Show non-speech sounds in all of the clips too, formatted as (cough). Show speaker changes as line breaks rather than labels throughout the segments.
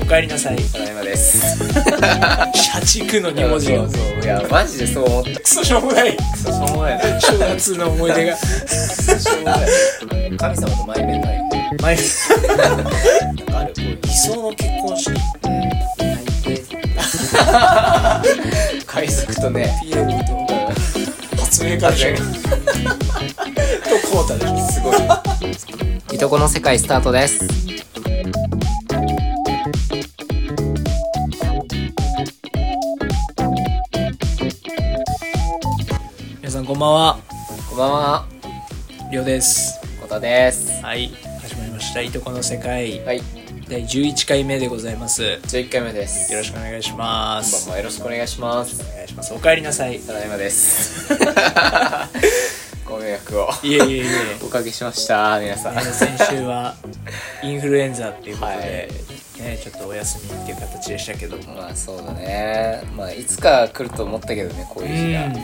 おかえりなさい
ただいまです。
社畜の2文字
そ
を
うそう。いや、マジでそう思った。
クソしょうもない
しょうもない。
正月の思い出が
しょうもない。神様と前面ない。
前なんかあるこういう理想の結婚式
海賊とね。
ピエロと発明家でしょとコータでしょ
すごい。いとこの世界スタートです。
皆さんこんばんは
こんばんは。
りょうです
こたです。
はい始まりましたいとこの世界
はい。
第11回目でございますよ
11回目です。
ろしくお願いしま
こんばん
す
は。よろしくお願いします。
お願いしますおかえりなさいい
ただいまです。ご迷惑を。
えいえいえ
おかけしました、皆さん。
ね先週はインフルエンザっていうことで、
はい
ね、ちょっとお休みっていう形でしたけども
まあそうだね。まあいつか来ると思ったけどね、こういう日が。
うん
ま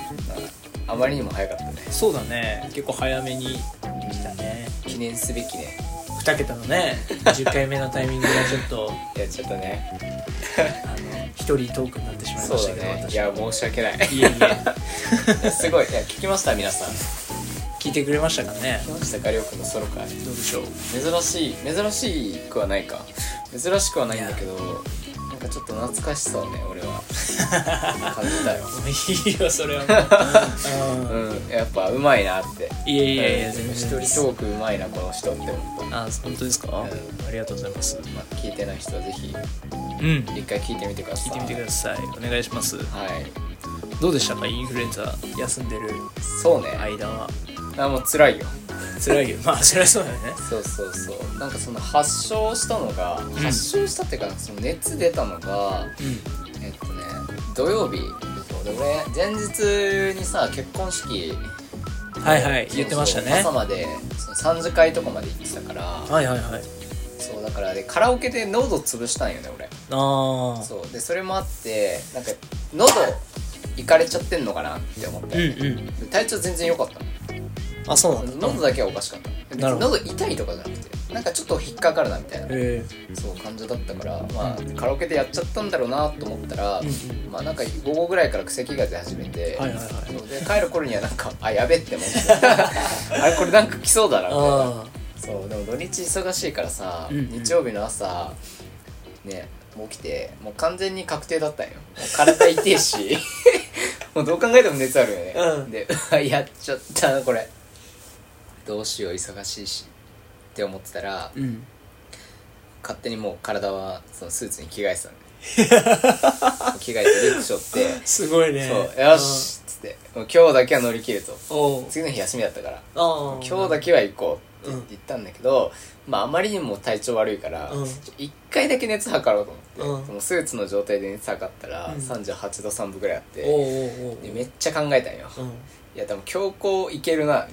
あ、あまりにも早かったね。
そうだね結構早めに来たね
記念すべきね。
2桁のね10回目のタイミングがちょっと
やっちゃったね。
あの一人トークになってしまい
そ
ました
う
け
だ
ど、
ね。い
私は
や、申し訳ない。
いえい
(laughs) すごい。いや、聞きました、皆さん。
え聞いてくれましたかね
聞きましたか、りょうくんのソロ回。
どうでしょう
珍しい、珍しくはないか。珍しくはないんだけど、なんかちょっと懐かしさをね、俺
(laughs)
は感じたよ。
いいよそれはもう、うん
うん、やっぱうまいなって。
いえいえいえ全
一
然
人トークうまいな、この人って思った。
あ本当ですか、
う
ありがとうございます
まあ、聞いてない人はぜひ
うん
一回聞いてみてくださ
聞い
い
てみてくださいお願いします
はい
どうでしたかインフルエンザ休んでる
そうね、
間は
あもう辛いよ
辛いよまあそりゃそうだよね
そうそうそうなんかその発症したのが、発症したっていうかその熱出たのが
う
えっとね土曜日そうで俺前日にさ結婚式
んはいはい
そうそう
言ってましたね
朝までその3次会とかまで行ってたから
はいはいはい
そうだからでカラオケで喉潰したんよね俺
ああ
そうでそれもあってなんか喉いかれちゃってんのかなって思って、
うんうん
で体調全然良かった
あそうなんだ
喉だけはおかしかった別に
なるほど
喉痛いとかじゃなくてなんかちょっと引っかかるなみたいな
え
そう感じだったからまあカラオケでやっちゃったんだろうなと思ったら、
うん
まあなんか午後ぐらいから咳が出始めて、
はいはいはい
そうで帰る頃にはなんかあやべって思って (laughs) あれこれなんか来そうだなみたいな
あ
そうでも土日忙しいからさ、
うんうん
日曜日の朝ねもう起きてもう完全に確定だったんよもう体痛いし
(laughs)
もうどう考えても熱あるよね、
うん
でうわやっちゃったなこれどうしよう忙しいしって思ってたら
あうん
勝手にもう体はそのスーツに着替えてたんで着替えてリュック背負って
すご (laughs) いね
そうよしっつってもう今日だけは乗り切ると
うんおう
次の日休みだったから
ああ
今日だ
け
けは行こうっ
うん
て言ったんだけど、まああまりにも体調悪いから、
うん
一回だけ熱測ろうと思
う
って、
ん
そのスーツの状態で熱測ったら、
うん
38度3分ぐらいあって、
おうおうおう
でめっちゃ考えたんよ、
うん
いやでも強行いけるな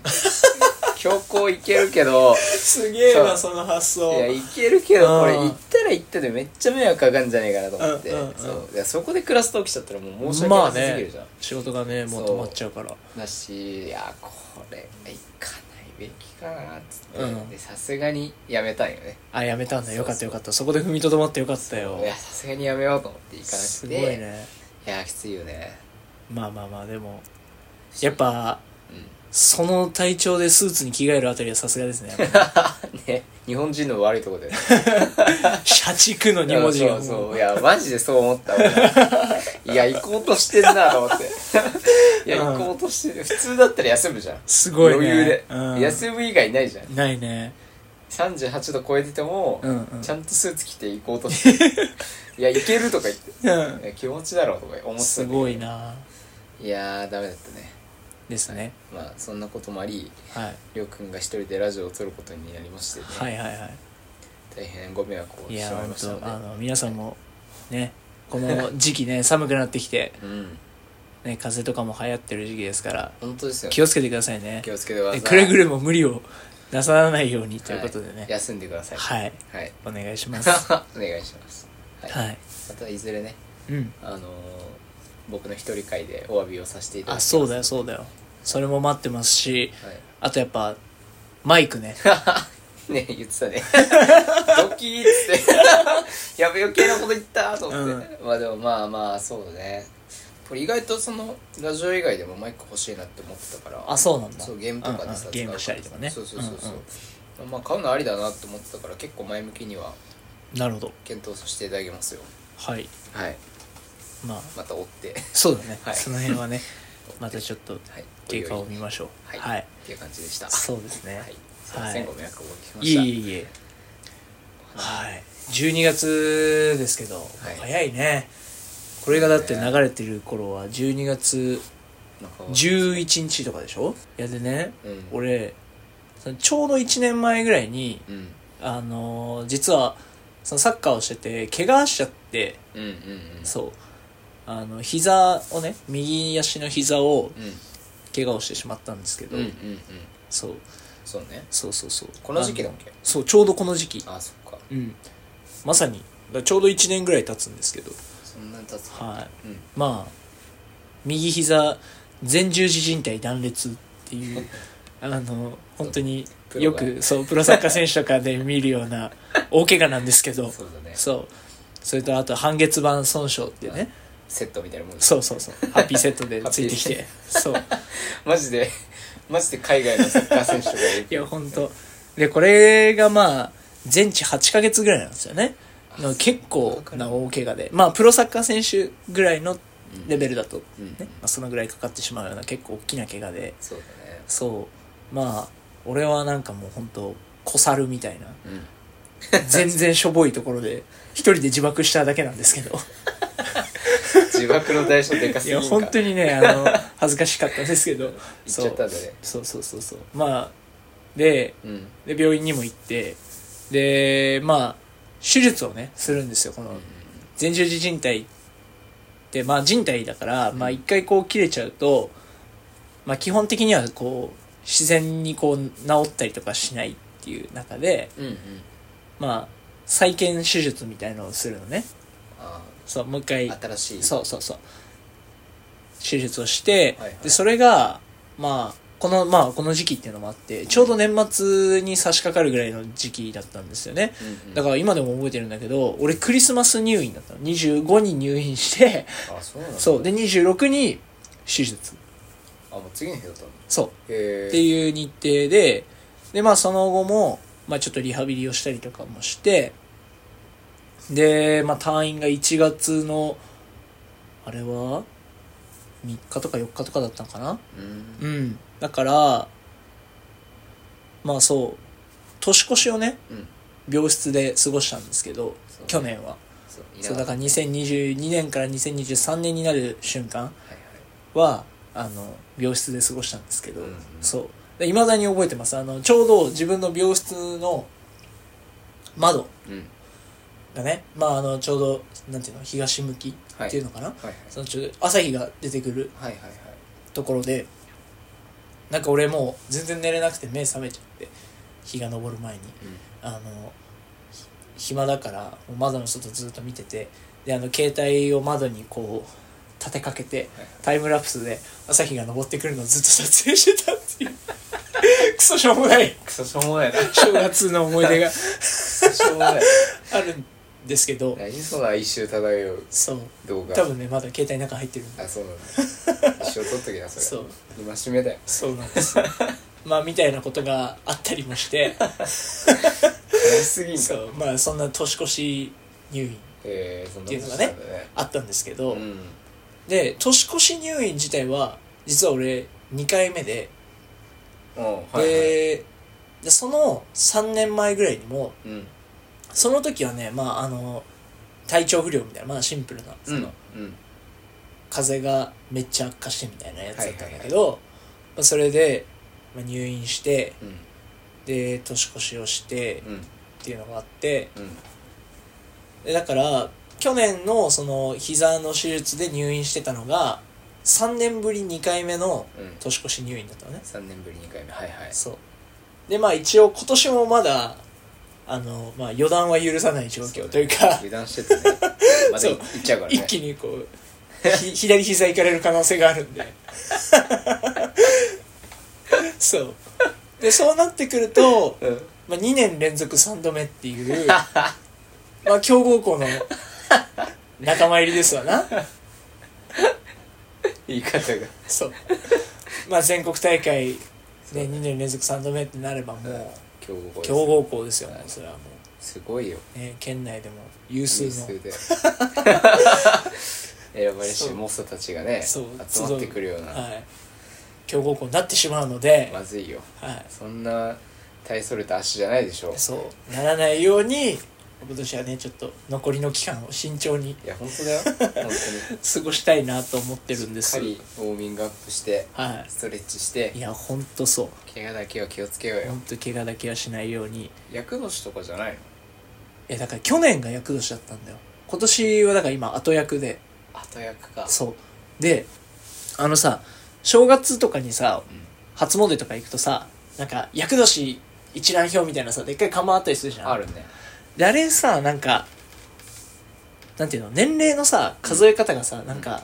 (laughs)
強行いけるけど
すげえなそ
そ
の発
い
想
やいけるけどこれ
うん
行ったら行ったでめっちゃ迷惑かかるんじゃねえかなと思って、
うんうんうん
そういやそこでクラスト起きちゃったらもう申し訳なさすぎるじゃん、
仕事がねもう止まっちゃうから
だしいやこれ行かないべきかなっつって、
うん
でさすがにやめたんよね
あやめたんだよかった
そうそう
よかったそこで踏みとどまってよかったよ
いやさすがにやめようと思って行かなくて
すごいね
いやきついよね (laughs)
まあまあまあでもやっぱ
う
その体調でスーツに着替えるあたりはさすがですね。
んね日本人の悪いとこ
(laughs)
だよね (laughs)
社畜の2文字が
そう
も
そう
う。
いやマジでそう思った俺 (laughs) いや行こうとしてんなと思って (laughs) いや
うん
行こうとしてる普通だったら休むじゃん
すごいね。
余裕で、
うん
休む以外ないじゃん
ないね。
38度超えてても、
うんうん
ちゃんとスーツ着て行こうとして
(laughs)
いや行けるとか言って
うん
いや気持ちだろうとか思ってたんだけど
すごいな。
いやーダメだったね
ですね。
まあそんなこともあり
はい。
りょうくんが一人でラジオを撮ることになりましてね、
はいはいは
大変ご迷惑
い。
をし
い
て
や、
しまいました
本
ので
当あの、皆さんも、ね、この時期ね、 (laughs) 寒くなってきて、
うん
ね、風邪とかも流行ってる時期ですから、
本当ですよ
気をつけてくださいね
気。をつけてくださ
え
い
くれぐ
れ
れも無理をなさらないようにということでね。
休んでください
はい。
はい、
お願いします。は
(laughs) お願いします、はい
い。
またいずれね
うん。
あのー僕の一人会でお詫びをさせていただ
あ、
きます
そうだよ、そうだよ。それも待ってますし、
はい
あとやっぱ、マイクね。(laughs)
(laughs) ね言ってたね (laughs) ドキーっつやべ余計なこと言ったと思って、
う
まあでもまあまあそうだねこれ意外とそのラジオ以外でもマイク欲しいなって思ってたから
あそうなんだ
そうゲームとかでさ、
うんうんゲームしたりとかね
そうそうそうそう、
うん
まあ買うのありだなと思ってたから結構前向きには
うんなるほど
検討させていただきますよ
はい
はい
まあ
また追って
そうだね、
はい
その辺
(laughs)
はねまたちょっと
はい
経過を見ましょう
はい、っていう感じでした
そうですね
はいすいませんご迷惑をおかけしま
い
し
え
た
いえいえはい12月ですけど、
はい
早いねこれがだって流れてる頃は12月
なんか
11日とかでしょいやでね、
うん
俺そのちょうど1年前ぐらいに
うん
あのー実はそのサッカーをしてて怪我しちゃって
うんうんうん
そうあの膝をね右足の膝を
うん
怪我をしてしまったんですけど、
うんうんうん
そう
そうね
そうそうそう
この時期だっ
あの
け
そうちょうどこの時期
あそっか
うんまさにだからちょうど1年ぐらい経つんですけど
そんなに経つか
はい
うん
まあ右膝前十字靭帯断裂っていう (laughs) あの本当に
プロ
よ
が
くそうプロサッカー選手とかで見るような大怪我なんですけど
そうだ
(laughs)
ね
そうそれとあと半月板損傷っていうね
セットみたいなもんです
そうそうそう (laughs) ハッピーセットでついてき
ハ
てそう
マジでマジで海外のサッカー選手がいる
いや本当でこれがまあ全治8ヶ月ぐらいなんですよねの結構な大怪我でまあプロサッカー選手ぐらいのレベルだと、ね
うんうん
まあ、そのぐらいかかってしまうような結構大きな怪我で
そうだね
そうまあ俺はなんかもう本当小猿みたいな
うん
全然しょぼいところで一人で自爆しただけなんですけ
(laughs)
ど
自爆の代償でか
い
すぎる
や
か
本当
に
にねあの恥ずかしかったんです
(laughs)
けど
言っちゃったんだね
そうそうそうそうまあで
うん
で病院にも行ってでまあ手術をねするんですよこの前十字靭帯ってまあ靭帯だからまあ一回こう切れちゃうとまあ基本的にはこう自然にこう治ったりとかしないっていう中で
うんうん
まあ再建手術みたいのをするのね
あ
そうもう一回
あ新しい
そうそうそう手術をして、
はいはい
でそれがまあこのまあこの時期っていうのもあってちょうど年末に差し掛かるぐらいの時期だったんですよね
うんうん
だから今でも覚えてるんだけど俺クリスマス入院だったの25に入院して
あそうなんだ
そうで26に手術
あもう次の日だったの
そう
へえ
っていう日程で、で、まあその後も、まあちょっとリハビリをしたりとかもして、で、まあ退院が1月の、あれは ?3 日とか4日とかだったのかな
うん
うん。だから、まあそう、年越しをね、
うん
病室で過ごしたんですけど
そう、
去年は。
そういな
そう、だから2022年から2023年になる瞬間、
はいは
はあの病室で過ごしたんですけど、
うんうん
そうで未だに覚えてますあのちょうど自分の病室の窓
いうん
がね、まあ、あのちょうどなんていうの東向き
はい
っていうのかな、
はいはい
そのちょうど朝日が出てくる
はいはいはい
ところでなんか俺もう全然寝れなくて目覚めちゃって日が昇る前に
うん
あのひ暇だからもう窓の外ずっと見ててであの携帯を窓にこう立てかけて
はいはい
タイムラプスで朝日が昇ってくるのをずっと撮影してたっていう (laughs) クソしょうもない
クソしょうもないなク
正月の思い出が
ソしょうもない
(laughs) あるんですけど
何その一周漂う
そう
動画
多分ねまだ携帯の中入ってるんで
あそうなんだ一生撮っときなそ
そ
れ
う
今しめだよ
そうなん (laughs) ですよまあみたいなことがあったりもして
悲しすぎん
そ
か
うまあそんな年越し入院
えー、そんな
っていうのが
こ
ね
としたんだね
あったんですけ
う
ど、
ん
で年越し入院自体は実は俺2回目で、
うんはいはい
ででその3年前ぐらいにも
うん
その時はねまああの体調不良みたいなまあシンプルなその、
うん
風邪がめっちゃ悪化してみたいなやつだったんだけど、まあ、それでまあ入院して
うん
で年越しをして
うん
っていうのがあって
うん
でだから去年のその膝の手術で入院してたのが3年ぶり2回目の
うん
年越し入院だったのね
3年ぶり2回目はいはい
そうでまあ一応今年もまだあの、まあ、予断は許さない状況というか
油断しててねまた
そう
行っちゃうからね
一気にこうひ (laughs) 左膝行かれる可能性があるんで (laughs) そうでそうなってくると、
うん
まあ、2年連続3度目っていうまあ強豪校の仲間入りですわな
言い方が
そうまあ全国大会、ね、2年連続3度目ってなればもう
強豪です
強豪校ですよねそれはも
すごいよ
う、ね、県内でも有数の (laughs)
有数で選ばれし猛者たちがね集
そう
まってくるような
はい、強豪校になってしまうので、
まずいよ
はい、
そんな大それた足じゃないでしょ
そうならないように今年はねちょっと残りの期間を慎重に
いや本当だよ本当にし
過ごしたいなと思ってるんで
っ
す
かりウォーミングアップして
は
ストレッチして
いいやほんとそう
怪我だけは気をつけよう
ほ
よ
んと怪我だけはしないように
厄年とかじゃないの
えだから去年が厄年だったんだよ今年はだから今後役で
後役か
そうであのさ正月とかにさ
うん
初詣とか行くとさなんか厄年一覧表みたいなさでっかい看板あったりするじゃん
あるね
であれさなんかなんていうの年齢のさ数え方がさ、なんか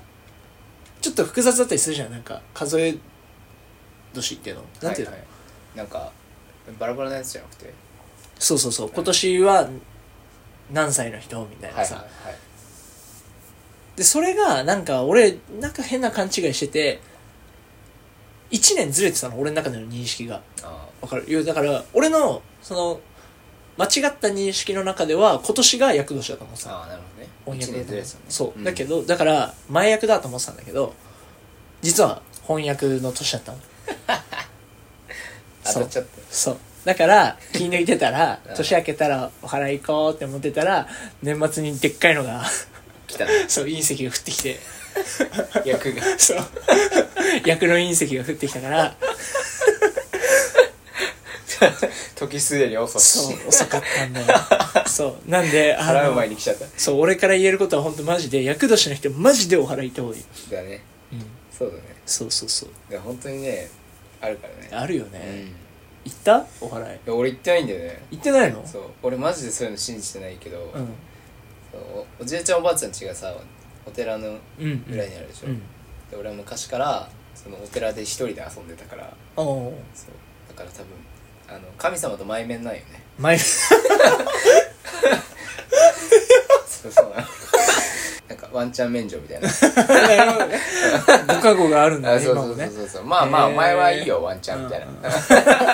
ちょっと複雑だったりするじゃんなんか数え年っていうのなんていうの、
はいはいなんかバラバラなやつじゃなくては
そうそうそう今年は何歳の人みたい
い
な
はい
さ、
はい
でそれがなんか俺なんか変な勘違いしてて1年ずれてたの俺の中での認識が
あ
わかるいやだから俺のその間違った認識の中では今年が厄年だと思って
ー
たの
あーなるほどね
翻
一
訳
年
だと思う
ずれてたね
そう、
ん
だけどだから前役だと思ってたんだけど実は翻訳の年だったの
当たっちゃっ
そうだから気抜いてたら
(laughs) うん
年明けたらお払い行こうって思ってたら年末にでっかいのが (laughs)
てきたね
そう隕石が降ってきて (laughs)
役が
そう役の隕石が降ってきた
(laughs)
から
時すでに遅し (laughs)
そう遅かったんだよそうなんであ
払う
の
前に来ちゃった
そう俺から言えることは本当マジで役年の人マジでお払い行った方がいい、
だねそうだね
そうそうそう
で本当にねあるからね
あるよ
う
ね、
ん
行ったお払い
いや俺行ってないんだよね
行ってないの
そう俺マジでそういうの信じてないけど、
うん
そうおおじいちゃんおばあちゃん家がさお寺の
うんうん
裏にあるでしょ、
うん
で俺は昔からそのお寺で一人で遊んでたから
おお
そうだから多分あの神様と前面ないよね
前 (laughs)
そうそうなのなんかワンチャン免除み
(laughs)
たいな
ご加護があるんだ
あ
ね
そう
今
そ
も
うそう
ね
そうそうまあまあ
へー
お前はいいよワンチャンみたいな、
うん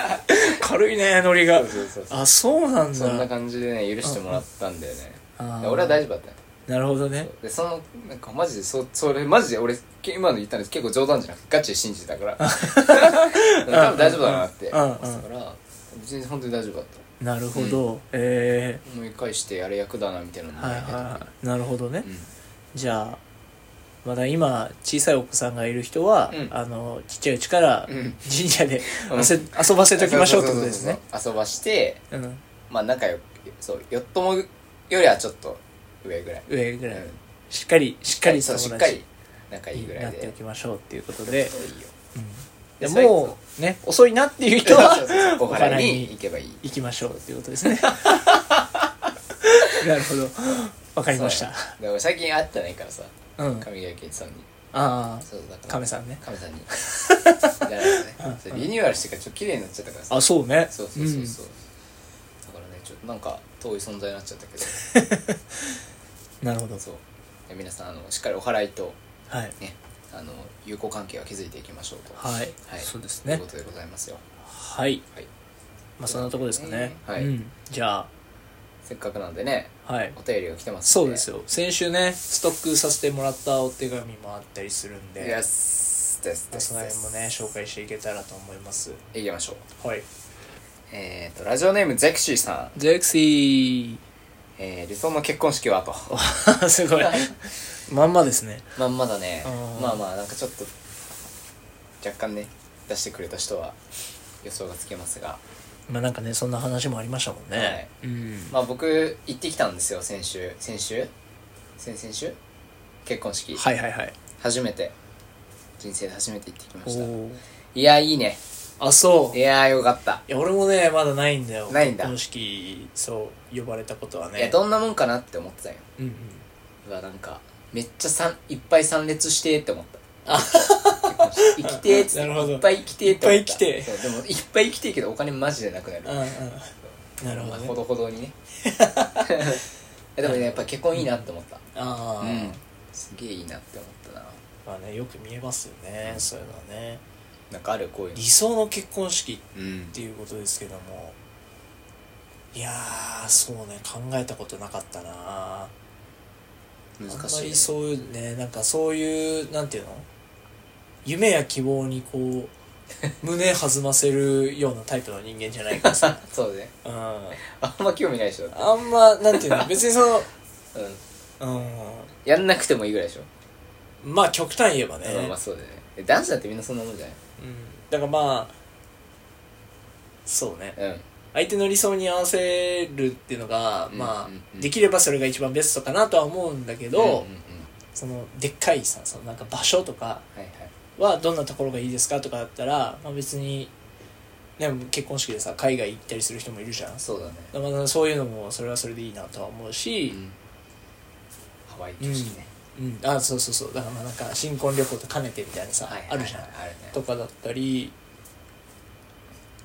軽いねノリが
そうそうそう
あそうなん
そんな
だ
感じでね許してもらったんだよね、
あ
で
ー
俺は大丈夫だった
なるほどね
でそのなんかマジでそそれマジで俺今の言ったんです結構冗談じゃなくてガチで信じて
(laughs)
たから多分大丈夫だなって
うんうん
思ってたから別に本当に大丈夫だった
なるほどえ
思い返してあれ役だなみたいなの
え
も
はいは
な
い
いけど
はいなるほどねじゃあまだ今小さいお子さんがいる人は
うん
あのちっちゃいうちから
うん
神社で
うん
あせ遊ばせときましょうってことですね
そうそうそうそう遊ばして
うん
まあ仲良くそうよっともよりはちょっと上ぐらい
上ぐ
う
らい
ん
しっかりしっかり
そうし
友
っか
達
り仲いいぐ
に
ら
ないっ
で
ておきましょうっていうことで
そういいよ
で
そういうこ
もうね遅いなっていう人
(laughs) そう
は
そうそうお
お
払
祓
い
い
に
に
行けばいい
行きましょうっていうこと
(laughs)
ですねなるほどわかりました
そうでも最近会ってないからさ
うん
神谷健さんに
ああ
そうだから
亀さんね
カメ
(laughs)
さんにやられたねそれリニューアルしてからちょっと綺麗になっちゃったからさ
あそうね
そうそうそうそう、だからねちょっとなんか遠い存在になっちゃったけど
うんなるほど
そうで皆さんあのしっかりお祓いと
はい
ねあの友好関係は築いていきましょうと
はい
はい
そうですね
ということでございますよ
はい
はい
まあそんなとこですかね
はい
うんじゃ
せっかくなんでね
あはい
お便りが来てます
そうです
よ
よ先週ねストックさせてもらったお手紙もあったりするん
で
で
すです
ま
で
あ
す
その
で
辺も
す
ね紹介していけたらと思います
いきましょう
はい
えっ、とラジオネームゼクシーさん、
ゼクシ
えー、理想の結婚式は
(laughs)
と
ーすごいまんまですね
まんまだね
うん
まあまあなんかちょっと若干ね出してくれた人は予想がつけますが
まあなんかねそんな話もありましたもんねうん
まあ僕行ってきたんですよ先週先週先々週結婚式、
はいはいはい
初めて人生で初めて行ってきま
お
した
お
いやいいね
あそう
いやーよかった
いや俺もねまだないんだよ
ないんだ
結婚式そう呼ばれたことはね
いやどんなもんかなって思ってたよ
うんうん
うわなんかめっちゃさんいっぱい参列してって思った結婚式行きてーっ (laughs) つっ
なるほ
て
ど
いっぱい来てーって思
い
った
っぱい来て
そうでもいっぱい来てーけどお金マジでなくなる (laughs)
うんうんなるほど、
ほ
ね、
どほどにねえでもねやっぱ結婚いいなって思った
ああ、
うんすげえいいなって思ったな
まあねよく見えますよねそういうのはね
なんかあるこういう
理想の結婚式
うん
っていうことですけどもいやーそうね考えたことなかったなあ
難
んま
しい、 (laughs)
り
ね、
そういうねなんかそういうなんていうの夢や希望にこ
(laughs)
う胸弾ませるようなタイプの人間じゃないからさ、
そうね
うん、
あんま興味ないでしょだっ
あんまなんていうの別にその
てうん
う
やんなくてもいいぐらいでしょ、
んまあ極端言えばね、
まあまあそうだよねえ男子だってみんなそんなもんじゃ
うん、だからまあそうね
ないうん
相手の理想に合わせるっていうのが、
うん
まあ、
うんうん
できればそれが一番ベストかなとは思うんだけど、
うんうんうん
そのでっかいさそのなんか場所とか
はいはい
はどんなところがいいですかとかだったら、まあ、別に、ね、結婚式でさ海外行ったりする人もいるじゃん
そうだね、
だからまあそういうのもそれはそれでいいなとは思うし、
ハワイ挙式ね、
うんあそうそうそうだからまあなんか新婚旅行と兼ねてみたいなさ、
はいはい
あ
はい
るじゃん
あるね
とかだったり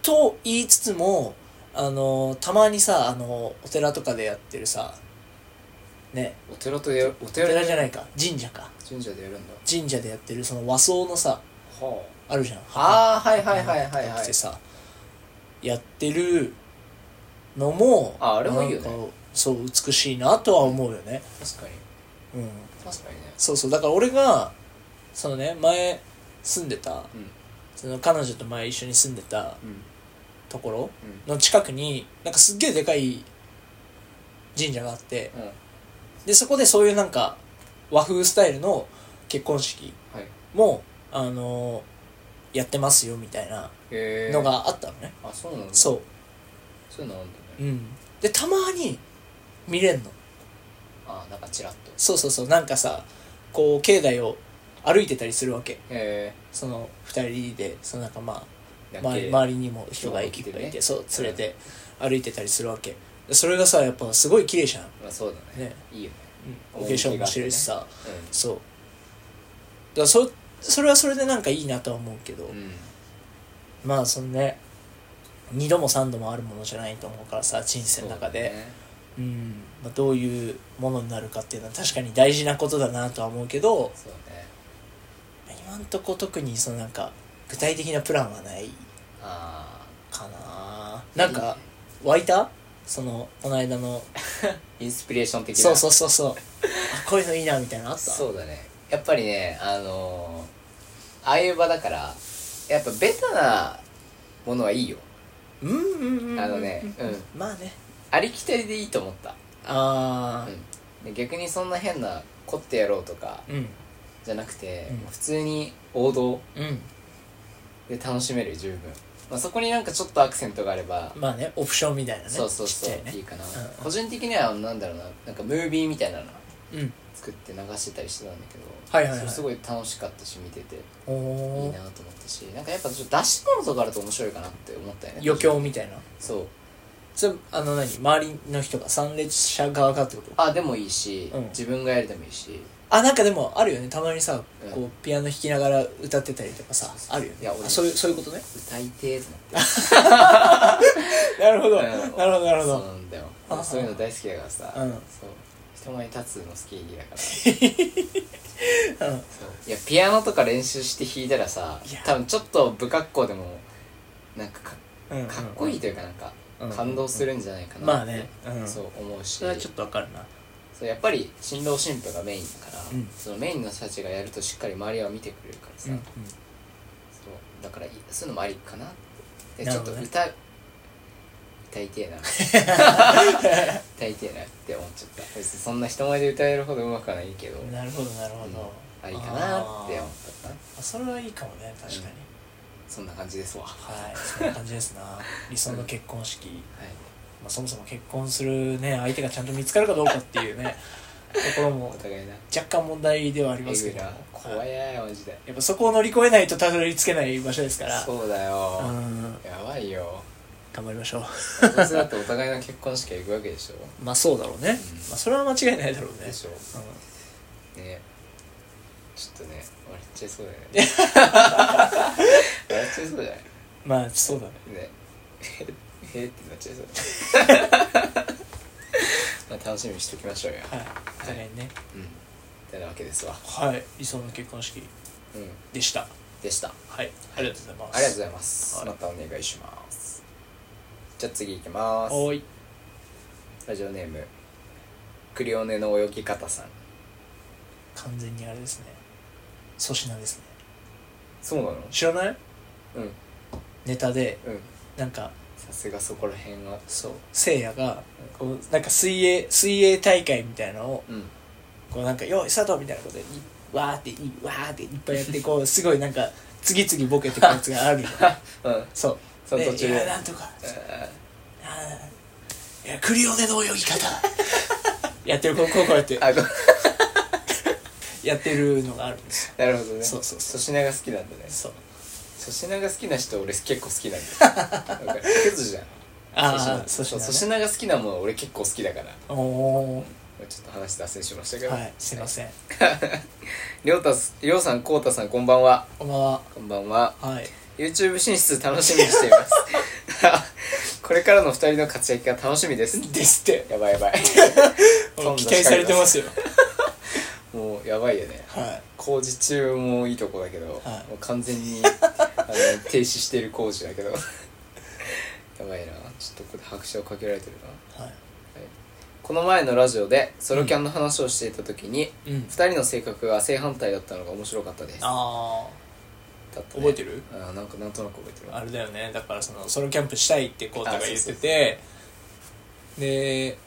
と言いつつもあのたまにさあのお寺とかでやってるさね
お寺とやるお
お
寺
寺じゃないか神社か
神社でやるんだ
神社でやってるその和装のさ
は
あるじゃん
ああーはいはいはいはい
な
は
く
い
てさやってるのも
ああれもいいよね
なんかそう美しいなとは思うよね
確かに
うん
確かにね
そうそうだから俺がそのね前住んでた
うん
その彼女と前一緒に住んでた
うん
ところ
うん
の近くになんかすっげえでかい神社があって
うん
でそこでそういうなんか和風スタイルの結婚式
はい
もあのやってますよみたいな
へえ
のがあったのね、
あそうなんだ
そ
そういうのあるんだ
う
ね
うんでたまに見れんの
あなんかチラッと
そうそうそうなんかさこう境内を歩いてたりするわけ
へ
その2人でそのなんかまあ
え
周り周りにも人がいっぱいいてそう連れて歩いてたりするわけでそれがさやっぱすごい綺麗じゃん
まあそうだね
ね
いいよね
お化粧もしてるしさ
う
そうだからそそれはそれでなんかいいなとは思うけど、
んうん
まあそのね2度も3度もあるものじゃないと思うからさ人生の中でう、
そうだね
んまあ、どういうものになるかっていうのは確かに大事なことだなとは思うけど
そうだね
今んとこ特にそのなんか具体的なプランはない
あ
かな
あ
なんか湧いたそのこの間の
インスピレーション的な
そうそうそうそうあこういうのいいなみたいなのあった
そうだねやっぱりねあのー、ああいう場だからやっぱベタなものはいいよ
うんうんうんうん
あのねうん
まあね
ありきたりでいいと思った、
あ
うん、で逆にそんな変な凝ってやろうとか
あうん
じゃなくて、
うん
もう普通に王道
うん
で楽しめる十分、まあ、そこになんかちょっとアクセントがあれば、
まあねオプションみたいなね
そうそうそう
ちっちゃい
いい
ね
かな、
ん
個人的にはなんだろうななんかムービーみたいなの
うん
作って流してたりしてたんだけど、
はいはいはい
それすごい楽しかったし見てて
お
いい
お
なと思ったしなんかやっぱちょっと出し物とかあると面白いかなって思ったよね
余興みたいな
そう
それあの何周りの人が参列者側がってこと
あでもいいし、
うん
自分がやるでもいいし
あなんかでもあるよねたまにさ
うん
こうピアノ弾きながら歌ってたりとかさあるよ
い
ね
や俺
あそういうそういうことね
歌いてーと思って
なるほど
うん
なるほどなるほ
そう
ど
なんだよ
ああ
そういうの大好きだからさ、
うん
そう人前に立つの好きだから
うん
そういやピアノとか練習して弾いたらさ
いや
多分ちょっと不格好でもなんかか
うん
かっこいいというかなんか
うん
感動するんじゃないかなって
まあねうん
そう思うし
それはちょっとわかるな
そうやっぱり新郎新婦がメインだから、
うん
そのメインの人たちがやるとしっかり周りは見てくれるからさ、
うんうん
そうだからいそういうのもありかなってで
な
ち
る
ょっ
ほど
と
ね
歌、歌いてえな歌いてえなって思っちゃった別にそんな人前で歌えるほどうまくはないけど、
なるほどなるほ
うん
ど
ありかなって思ったかな
あそれはいいかもね確かに、
そんな感じですわは
はいそんな感じですな
(laughs)
理想の結婚式、
い
まあ、そもそも結婚するね相手がちゃんと見つかるかどうかっていう
(laughs)
ねところ
お
も
互いな
若干問題ではあります
え
け
ぐい
ど
な怖
はい
いやマジで
やっぱそこを乗り越えないとたどり着けない場所ですから
そうだよ、
うん
やばいよ
頑張りましょう
どうせだってお互いの結婚式は行くわけでしょ、
まあそうだろうね、まあ、それは間違いないだろうね
でしょ
うん
ねちょっとね笑っちゃいそうだよ
(laughs)
ね笑っちゃいそうじゃない
まあそう
(laughs)
だね (laughs)
ねええってなっちゃいそうだねまあ、楽しみにしておきましょうよ
はいお互いにね
うんてなわけですわ
はい理想の結婚式
うん
でした
でした
はいありがとうございます
ありがとうございます、
はい
またお願いしますじゃあ次いきます
はーい
ラジオネームクリオネの泳ぎ方さん
完全にあれですね粗品ですね
そうなの
知らない
うん
ネタで
うん
なんか
さすがそこら辺は
そうせいやがこうなんか水泳水泳大会みたいなのを
うん
こうなんか「よい佐藤」みたいなことでいわーっていわーっていっぱいやってこうすごいなんか次々ボケてくやつがあるの
(laughs) うん
そう
その途中
でいや
で
なんとかあーいやクリオネの泳ぎ (laughs) 方やってるこうこうこうやって
あご
やってるのがあるんですよ
なるほどね
そうそうそ
粗品が好きなんだね
そう
粗品が好きな人俺結構好き (laughs) なんだよなんかクズじゃん
ああ
粗
そし
品
て
粗品が好きなもの俺結構好きだから
おお
ちょっと話脱線しましたけ
ー
ど
はいすいません
りょうたすりょうさんこうたさんこんばんは
こんばんは
こんばんは
はい
YouTube 進出楽しみにしてい (laughs) ますこれからの二人の活躍が楽しみです
です (laughs) って
やばいやば (laughs) い
期
どんどん
待されてますよ
(laughs) もうやばいよね
はい
工事中もいいとこだけど、
はい
もう完全
(laughs)
にあの停止してる工事だけど (laughs) やばいなちょっとここで拍車をかけられてるな
はい
この前のラジオでソロキャンの話をしていた時に、
うん
二人の性格が正反対だったのが面白かったです
あ
だっ
あ
たね
覚えてる
あーなんかなんとなく覚えてる
あれだよねだからそのソロキャンプしたいってコータが言っ
あそ
て
うそう
てで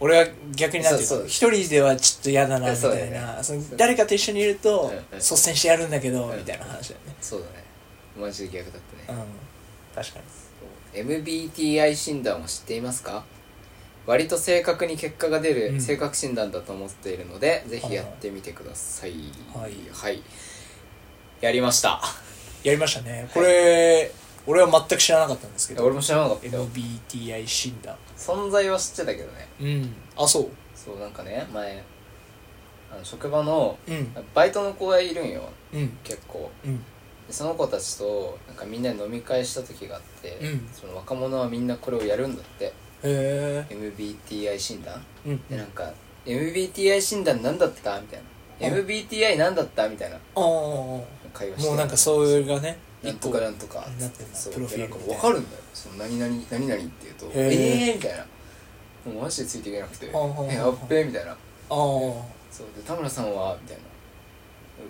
俺は逆になんていう
そうそ
の
う
一人ではちょっと嫌だなみた
そうだ
いな
よね
その誰かと一緒にいると
うんうん
率先してやるんだけど
うん
みたいな話だよね
そうだねマジで逆だったね
うん確かに
MBTI 診断を知っていますか割と正確に結果が出
うん
る性格診断だと思っているので、ぜひやってみてください
はい
はいやりました
やりましたねこれ俺は全く知らなかったんですけど
(laughs) 俺も知らなかったよ
MBTI 診断
存在は知ってたけどね
うんあそう
そうなんかね前あの職場の
うん
バイトの子がいるんよ
うん
結構
うん
でその子たちとなんかみんなで飲み会した時があって、
うん
その若者はみんなこれをやるんだって
へ
MBTI 診断
えうんう
で
ん
な
あ
んか MBTI 診断何だったみたいな
うん
MBTI 何だったみたいな
あも
会話して
うなんかそういうのがね
な
一
んと
個
かなんとか
なってんだ
そう
プロフィール
で
み
なん
たい
か
な
分かるんだよその何々何々って言うと
へー
ええーみたいなもうマジでついていけなくてえ
ほうほうほう
やっべみたいな
ああ
そうで田村さんはみたいな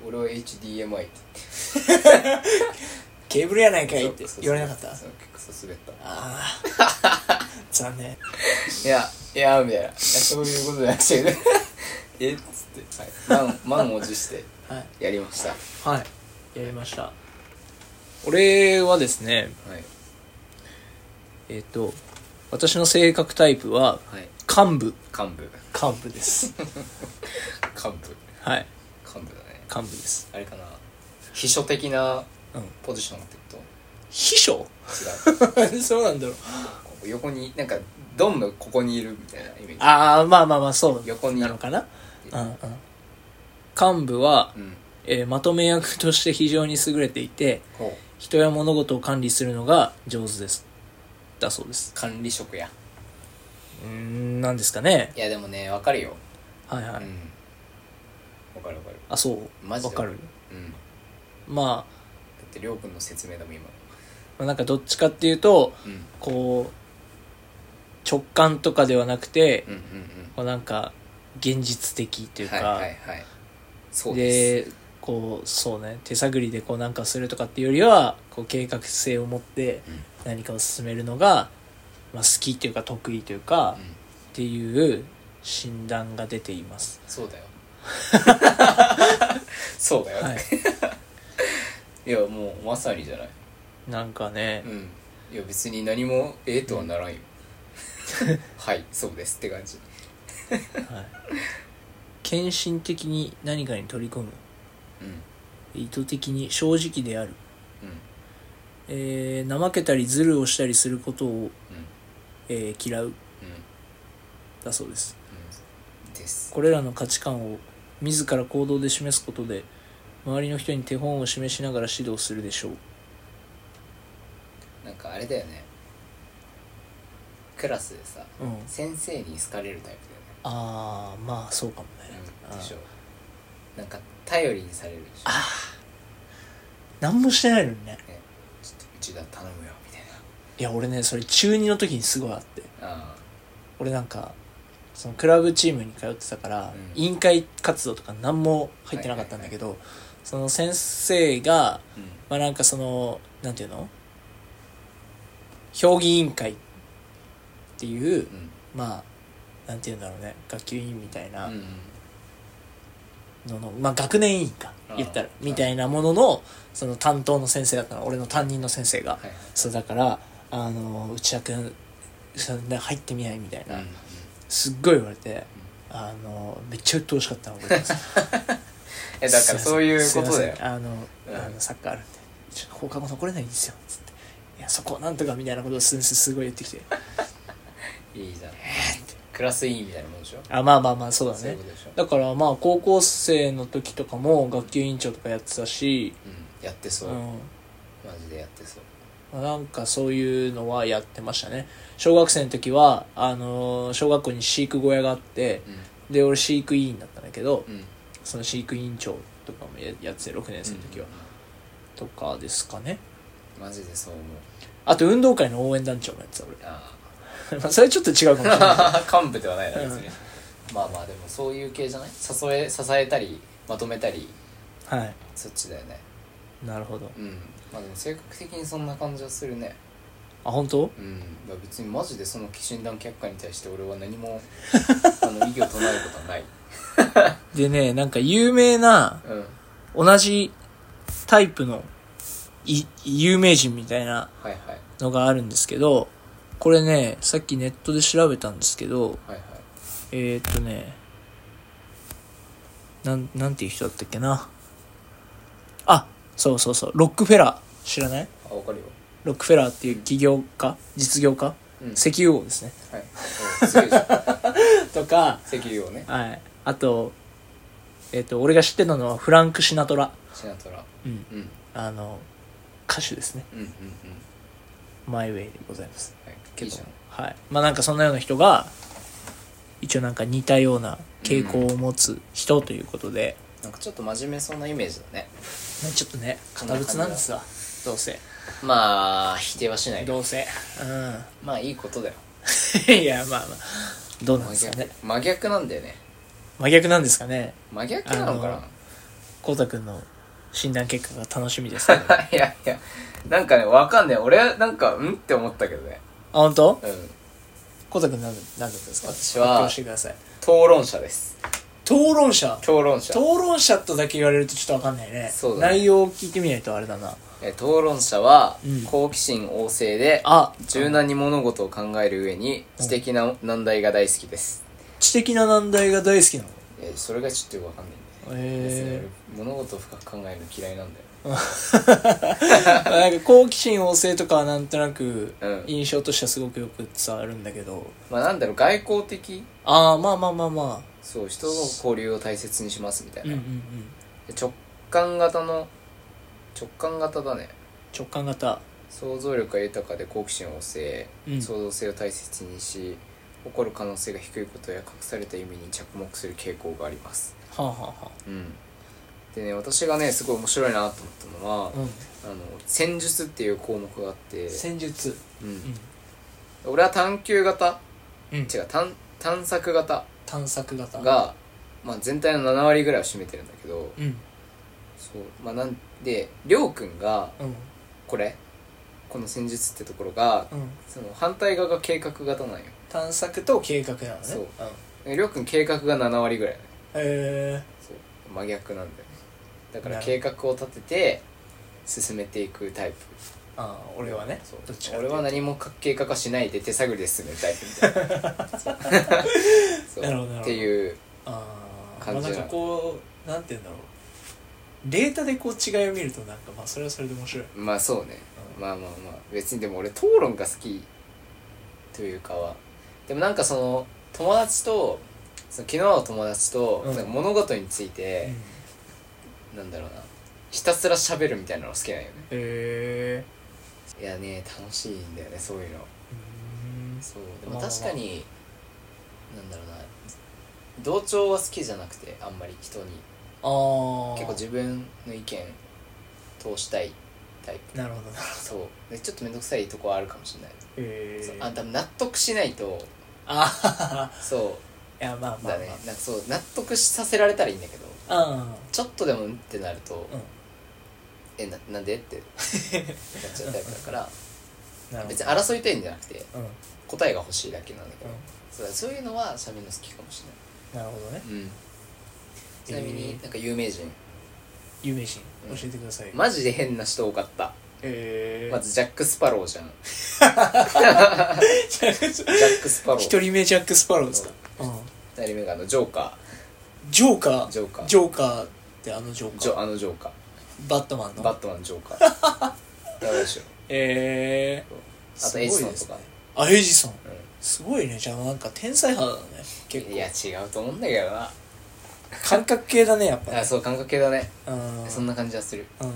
俺は HDMI って
ケーブルやないか
言
い
っ
って
てそうそうそう
言われなかったあ
そう結構そう滑った
あ (laughs) ー残念
いや、いや、みたいな。いやそういうことじゃなくて、えっつって、はい、満満を持して
はい、
やりました。は
はい、やりました俺はですね
い。
えっ、と私の性格タイプは
はい。
幹部
幹部。
幹部です
幹部。
(laughs) はい
幹部だね。
幹部です
あれかな。秘書的な
うん
ポジションってこ
秘書
と違
(laughs)
う。
そうなんだろう
こ
(laughs)
う横に、なんか、ドンのここにいるみたいなイメージ。
ああまあまあまあそう
横に
なのかなうんうん幹部は
う、ん。
えーまとめ役として非常に優れていて
ほ
人や物事を管理するのが上手ですだそうです
う。管理職や。
うーんなんですかね
いや、でもね、わかるよ。
はいは
う
い、
ん。わかるわかる。
あそう
マジで
わかる
うん。だ
ま
って、りょうくんの説明だもん、今。
あまあなんかどっちかっていうと
うん。
こう直感とかではなくて、
うんうんうん。
こうなんか現実的というか、
はいはいはい。そうです。
でこうそうね手探りでこうなんかするとかっていうよりはこう計画性を持って
うん
何かを進めるのが、まあ、好きというか得意というか、
うん
っていう診断が出ています、
そう
(laughs)
だよそうだよ、、
はい
(laughs)
い、
やもうまさにじゃない
なんかね
う、んいや別に何もええとはな
(laughs)
らんよはいそうですって感じ
はい、献身的に何かに取り込む
うん
意図的に正直である、
うん
えー、怠けたりズルをしたりすることを、
うん
えー嫌う
うん
だそうです
うんです
これらの価値観を自ら行動で示すことで周りの人に手本を示しながら指導するでしょう
なんかあれだよねクラスでさ
うん
先生に好かれるタイプだよね
ああまあそうかもね、
う
うんん
でしょなんか頼りにされるでしょ
ああ何もしてないのにね
ねちょっとうちだ頼むよみたい
いや俺ねそれ中2の時にすごいあって
なあ
俺なんかそのクラブチームに通ってたから、
うん
委員会活動とか何も入ってなかったんだけど、その先生が
ーうん
まあなんかそのなんていうの評議委員会っていう
うん
まあなんていうんだろうね学級委員みたいな
うん
のの、まあ学年委員か
あー
言ったら
はい
みたいなもののその担当の先生だったの俺の担任の先生が、
はいはい
そうだからあの内田君そんな入ってみないみたいな、
うん
すっごい言われて、あのめっちゃ鬱陶しかったの俺
(laughs) えだからそういう
す
ことだよ
いませんすいませんあの、
うん
あのサッカーあるんでちょっと放課後残れないんですよつって「いやそこなんとか」みたいなことを先生すごい言ってきて (laughs)
いいじゃんクラス委員みたいなもんでしょ
あまあまあまあそうだ
そうい
ね
うことでしょ
だからまあ高校生の時とかも学級委員長とかやってたし
うんやって
う
そ
ん
うマジでやってそう
まあなんかそういうのはやってましたね小学生の時はあの小学校に飼育小屋があって
う
で俺飼育委員だったんだけど
んうん
その飼育委員長とかもややってて6年生の時は、とかですかね
マジでそう思う
あと運動会の応援団長もやってた
あ
俺 (laughs) まあそれちょっと違うかもしれない
(laughs) あ幹部ではないな別に
う
まあまあでもそういう系じゃない支え支えたりまとめたり
は
そっちだよね
いなるほど
うんまあでも性格的にそんな感じはするね
あ本当
うんまあ別にマジでその診断結果に対して俺は何 (laughs) もあの異議を唱えることはない
でねなんか有名な
うん
同じタイプのい有名人みたいな
はいはい
のがあるんですけどこれねさっきネットで調べたんですけど
はいはい
えー、っとねなんなんていう人だったっけなあそうそうそうロックフェラー知らない
あわかるよ
ロックフェラーっていう起業家実業家
うん
石油王ですね (laughs)
はいおすげえじゃん (laughs)
とか
石油をね
はい。あと、えっ、と、俺が知ってたのはフランク・シナトラ。
シナトラ
うん。
うん
あの、歌手ですね。
うんうんうん
マイウェイでございます。
はいいいじゃん
はい。まあなんかそんなような人が、一応なんか似たような傾向を持つ人ということで、
なんかちょっと真面目そうなイメージだね
ねちょっとね、堅物なんですわ。どうせ。
まあ否定はしない
どうせ。
まあいいことだよ
うん。 (laughs) いや、まあまあ、どうなんですか
真逆,、
ね。
真逆なんだよね
真逆なんですかね。
真逆なのかな
あのこうたくんの診断結果が楽しみですけど。あ、
(laughs) いやいやなんかねわかんない俺はなんかうんって思ったけどね
本当
うん
こうたくんなんなんだったんですか
私は
発表してください。
討論者です
討論者
討論者
討論者とだけ言われるとちょっとわかんないね
そうだね
内容を聞いてみないとあれだな
え討論者は
うん
好奇心旺盛で、
あ
柔軟に物事を考える上に知的な難題が大好きです、
知的な難題が大好きなの
えそれがちょっとよくわかんないんだよね別に
へ
俺物事を深く考えるの嫌いなんだよ
えー、 (laughs) なんか好奇心旺盛とかはなんとなく
うん
印象としてはすごくよく伝わるんだけど、
まあなんだろう外交的
ああまあまあまあま
そう人の交流を大切にしますみたい
あうん
な、
うんう
で
ん
直感型の直感型だね
直感型
想像力が豊かで好奇心旺盛、
うん
創造性を大切にし起こる可能性が低いことや隠された意味に着目する傾向があります
はあはあは
うんでね私がねすごい面白いなと思ったのは
あ、うん
あの戦術っていう項目があって、
戦術
うん
う
俺は探求型
ん、うん
違、う探探索型
探索型
が、まあ、全体の7割ぐらいを占めてるんだけど
うん
そうまあなんでりょうくんが
うん
これこの戦術ってところが
うん
その反対側が計画型なんよ
探索と計画なのね、
そうんでりょうくん計画が7割ぐらいだね
え
そう真逆なんだよねだから
なる
計画を立てて進めていくタイプ
ー、ああ俺はね
そ
どっち
う
かってい
俺
うと
は何もか計画はしないで手探りで進めるタイプみたいなそうそう
なるほどなるほど
っていう
ああ
感
ま
じ
あ、なんかこうなんて言うんだろうデータでこう違いを見るとなんかまあそれはそれで面白い、
まあそうね
うん
まあまあまあ別にでも俺討論が好きというかはでもなんかその友達とその昨日の友達と、
うん
なんか物事について、なんだろうなひたすら喋るみたいなのが好きなんよね
え
いやね楽しいんだよねそういうの
ー、うん
そうでも
まあまあ
確かに、なんだろうな同調は好きじゃなくてあんまり人に
ああ
結構自分の意見通したいタイプ
なるほどな
そうでちょっと面倒くさいとこはあるかもしれない、
え
そう
ー、
あ多分納得しないと
あ (laughs) あ
そ
いやまあ
う
まあ
だね、なんかそう納得させられたらいいんだけど
まあ、うん
ちょっとでもうんってなると、
ん
えななんでってなっちゃうタイプだ
(laughs)
から
なるほ
別に争いたいんじゃなくて
どうん、うん、
答えが欲しいだけなんだけど、そうだそういうのはしゃべるの好きかもし
なるほどね
れない、ちなみに、
えー
なんか有名人
有名人
う
教
ん
えてください、
マジで変な人多かった
えー、
まずジャック・スパローじゃんジ
(laughs) 一
ャック・スパロー
人目ジャック・スパローですか、うん、
二人目があのジョーカ
ジョーカー
ジョーカー
ジョーカーってあのジョー
ー
カー
ジョあのジョーカ
バットマン
ー
の
バットマンジョーカ
(laughs)
ーやばいでしょ
えー、
あとエイジソンと
すご
か
いですねあエイジソンすごいねじゃあなんか天才派だね結
うんいや
構
違うと思うんだけどな
感覚系だねやっぱ
あそう感覚系だね
うん
そんな感じはする
うん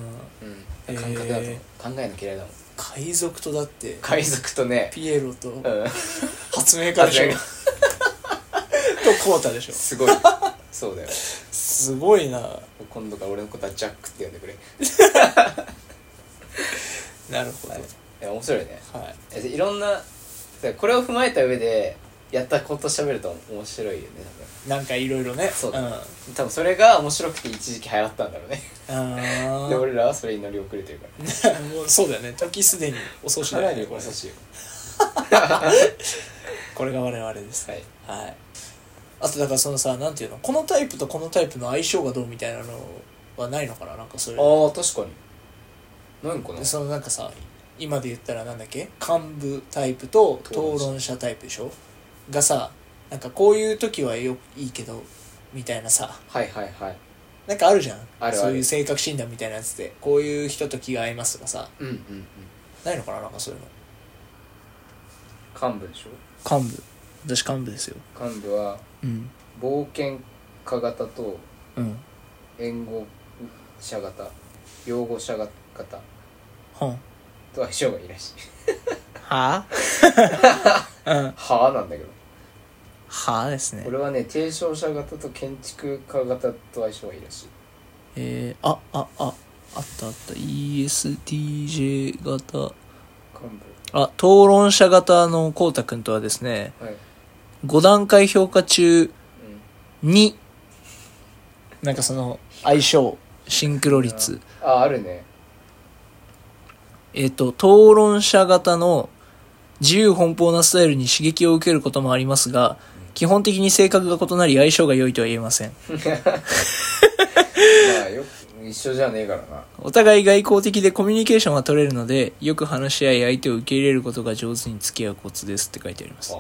うん感覚だと
え
思う考えの嫌いだもん
海賊とだって
(laughs) 海賊とね
ピエロと
うん
発明家でし (laughs) ょとコータでしょ
す (laughs) ごいそうだよ
すごいな
今度から俺のことはジャックって呼んでくれ
なるほど
はいいや面白いね
はい
えでいろんなでこれを踏まえた上でやったこと喋ると面白いよね
なんかいろいろね
そうだ
ん、あ
多分多分それが面白くて一時期流行ったんだろうね
あ
で俺らはそれに乗り遅れてるから
(laughs) もうそうだよね時すでに遅し
さ
だ
ら
よ
に
ね
お
これ
優しいよ
これが我々です
はい
はいあとだからそのさなんていうのこのタイプとこのタイプの相性がどうみたいなのはないのかななんかそれ
ああ確かになんかな
でそのなんかさ今で言ったらなんだっけ幹部タイプと討
討
論者タイプでしょがさなんかこういう時はよいいけどみたいなさ
はいはいはい
なんかあるじゃん
あるある
そういう性格診断みたいなやつでこういう人と気が合いますとかさ
うんうんうん
ないのかななんかそういう
幹部でしょ
の幹部私幹部ですよ
幹部は
うん
冒険家型と
うん
援護者型擁護者型
ほんは
と相性がいいらしい
あ (laughs) うん
はあなんだけど
はあですね
俺はね提唱者型と建築家型と相性がいいらしい
えー、ああああったあった ESTJ 型
幹
あ討論者型のこうたくんとはですね
部はい、うん、
5段階評価中2なんかその相性シンクロ率
ああるね
えっ、と討論者型の自由奔放なスタイルに刺激を受けることもありますが基本的に性格が異なり相性が良いとは言えません
まあよく一緒じゃねえからな
お互い外交的でコミュニケーションが取れるのでよく話し合い相手を受け入れることが上手に付き合うコツですって書いてあります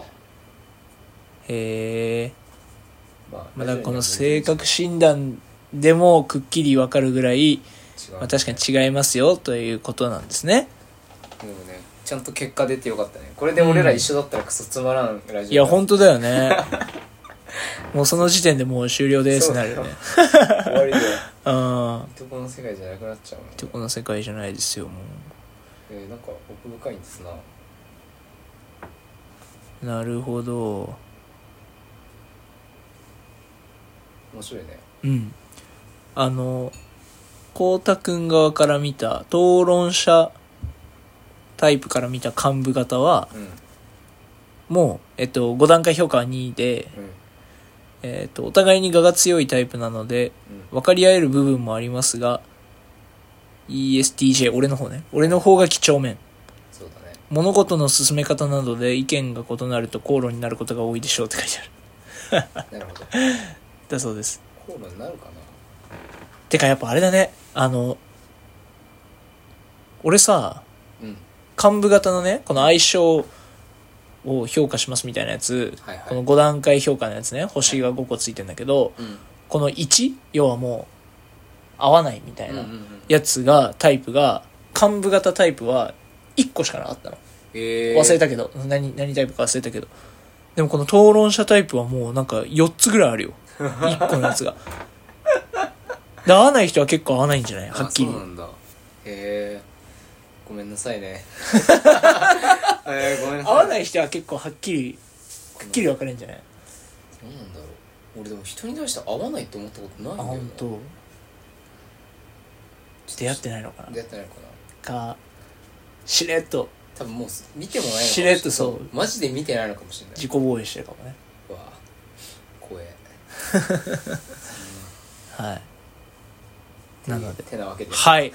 へえ
まあ
まだこの性格診断でもくっきりわかるぐらい、
違う
まあ、確かに違いますよということなんですね
でもねちゃんと結果出てよかったねこれで俺ら一緒だったらクソつまらんラジオ
いや
ん
本当だよね (laughs) もうその時点でもう終了ですなるよね
終わり
うん
でいとこの世界じゃなくなっちゃうもんね
とこの世界じゃないですよも
えー、なんか奥深いんですな
うなるほど
面白いね
うんあのこうたくん側から見た討論者タイプから見た幹部型は
うん
もう、えっと、5段階評価は2で、
うん
えっと、お互いに我が強いタイプなので分かり合える部分もありますが ESTJ 俺の方ね俺の方が几帳面
そうだね
物事の進め方などで意見が異なると口論になることが多いでしょうって書いてある
なるほど
だそうです
口論になるかな
てかやっぱあれだねあの俺さ
うん
幹部型のねこの相性を評価しますみたいなやつ
はいはい
この5段階評価のやつね星が5個ついてんだけど
うん
この1要はもう合わないみた
う
い
んう
なん
うん
やつがタイプが幹部型タイプは1個しかなかったの
えー、
忘れたけど何何タイプか忘れたけどでもこの討論者タイプはもうなんか4つぐらい
(laughs)
あるよ1個のやつがで合わない人は結構合わないんじゃないはっきり
あそうなんだへえごめんなさ
(laughs)
いねえー、ごめんなさ
合
い
わない人は結構はっきりくっきり分かれるんじゃない
どうなんだろう俺でも人に対して合わないって思ったことないん
あ
だよな
本当出会ってないのかな
出会ってないのかな
かしれっと
多分もう見てもないのかも
しれっとそう
マジで見てないのかもしれない
自己防衛してるかもね
うわ怖え
はいなので
てなわけで
はい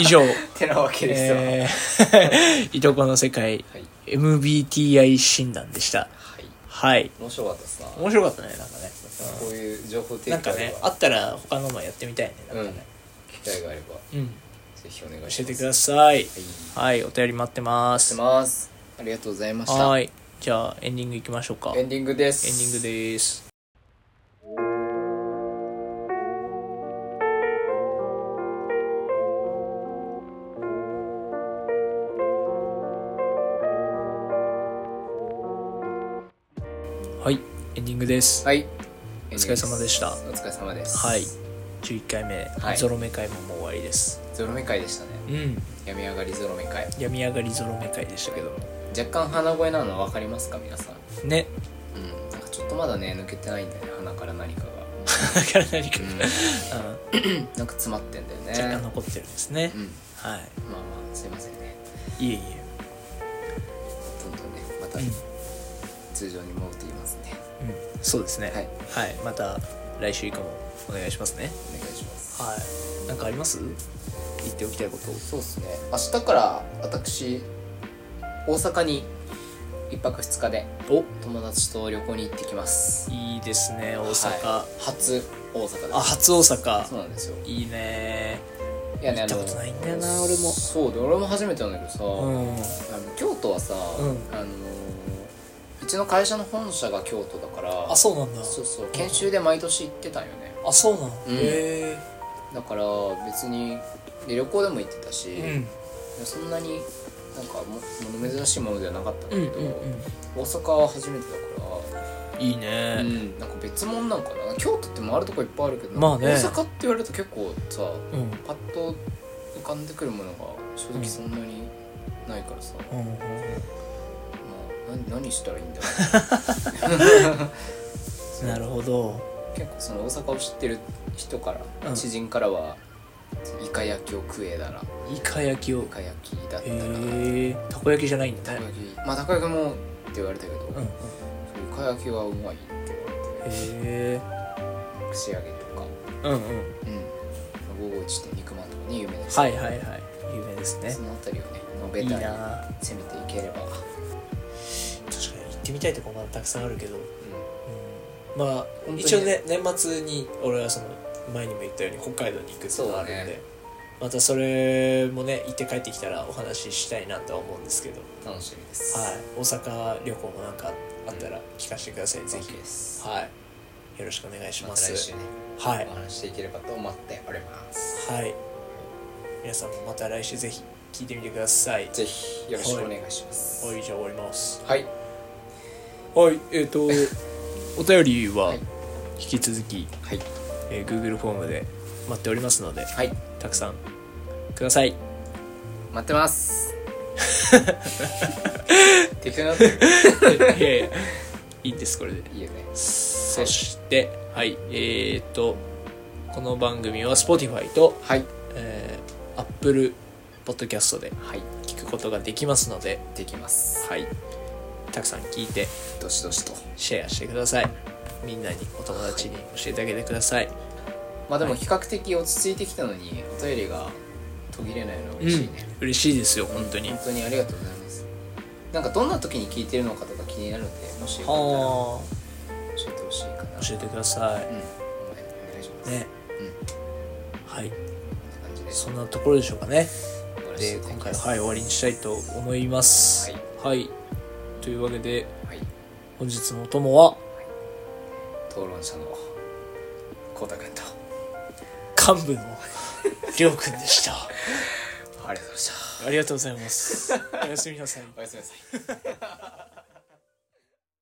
以
(laughs)
上
てなわけですわ、
えー (laughs) いとこの世界
はい
MBTI 診断でした
はい
はい
面白かったっすな
面白かったねなんかね
こういう情報提
な
供
んか
があ
ね
れば
あったら他のもやってみたいねなんかね
機会があれば
うん
ぜひお願いします
教えてくだ
さ
さい
いはい
はいお便り待ってます
しますありがとうございました
はいじゃあエンディングいきましょうか
エンディングです
エンディングです。はい、エンディングです。
はいお
お疲れ様でした
お疲れ様です
はい、11回目、
はい
ゾロ目会ももう終わりです。
ゾロ目会でしたね
うん、
病み上がりゾロ目会
病み上がりゾロ目会でしたけど、
若干鼻声なの分かりますか皆さん
ね、
うんなんかちょっとまだね抜けてないんだよね鼻から何
(laughs)
かが
だから何か、
うんなんか詰まってんだよね
うん、若干残ってるんですね
う。ん
は
まあまあすいませんね
い、いえい
どんどんねまた
え、うん。
通常に戻っていますね
うん、そうですね
はい
はい、また来週以降もお願いしますね
お願いします
はいなんかあります言っておきたいこと
そうですね明日から私大阪に1泊2日で
お
友達と旅行に行ってきます
いいですね大阪、
はい初大阪です
あ初大
そう
阪
なんですよ
いいね
いやね
行ったことないんだよな俺も
そうで俺も初めてなんだけどさ、
う
あの
ん
京都はさ、
うん
あのうちの会社の本社が京都だから
あそうなんだ
そうそう研修で毎年行ってたんよね
あそうなん、
うん
へ
だから別にで旅行でも行ってたし、
えうん
そんなになんかも物珍しいものではなかったんだ
うん
け
う
ど、
ん
大阪は初めてだか
うんいい
ら、う
ね
ん、なんか別物なんかな京都って回るとこいっぱいあるけど、
まあね
大阪って言われると結構さ
うん
パッと浮かんでくるものが正直そんなにないからさ、
うんうん
まあ、何何したらいいんだろ
うん、なるほど
う (laughs) 結構その大阪を知ってる人から、
うん
知人からはイカ焼きを食えだら
イカ焼きを
イカ焼きだっ
へ
たら、
えたこ焼きじゃないんだ
たこ
ね
焼きまあたこ焼きもって言われたけど、
うんうんへ
イカ焼きはうまいって言われて
え
串揚げとか
うんうん
うん551って肉まんとかね有名です
はいはいはい有名ですね
そのあたりをねの
い
べ
い
たに
な
攻めていければ、
確かに行ってみたいとこまだたくさんあるけど、うん
う
まあ
当にね
一応ね年末に俺はその前にも言ったように北海道に行くっていうのがあるんで、
そうだね
またそれもね行って帰ってきたらお話ししたいなとは思うんですけど、
ん、楽しみです
はい、大阪旅行もなんかあったら聞かせてください、ぜ
楽し
ひ
み、です
はい、よろしくお願いし
ま
ま
た
す、
来週ね
はい
お、話ししていければと思っております
はい、皆さんもまた来週ぜひ聞いてみてください
ぜひよろしくお願いします
はいじゃあ終わります
はい
はいえっ、 (laughs) とお便りは
はい
引き続き、
はい
えー Google フォームで待っておりますので
はい
たくさんくださ (laughs) い
待ってます
(laughs)
適当になってる
いやいやいいんですこれで
いいよね
そしてはいえー、っとこの番組は Spotify と、
はい
えー、Apple Podcast で
はい
聞くことができますので、
できます
はい、たくさん聞いて
どしどしと
シェアしてくださいみんなにお友達に教えてあげてください、
まあでも比較的落ち着いてきたのにお便りが途切れないのは嬉しいね、
嬉しいですよ本当に、
本当にありがとうございますなんかどんな時に聞いてるのかとか気になるのでもしよかったら教
はあ
えてほしいかな
教えてくださ
うんお願いし
い
ます
ね
うんこ
はい
んな感じで
そんなところでしょうかね
終わらせ
で
ていただ
今
き
回
ま
は、
す
はい、終わりにしたいと思いますはい、というわけで
はい
本日のお供は
討論者のこうたくんと
幹部の (laughs) りょうくんでした
ありがとうございました
ありがとうございますおやすみなさい
おやすみなさい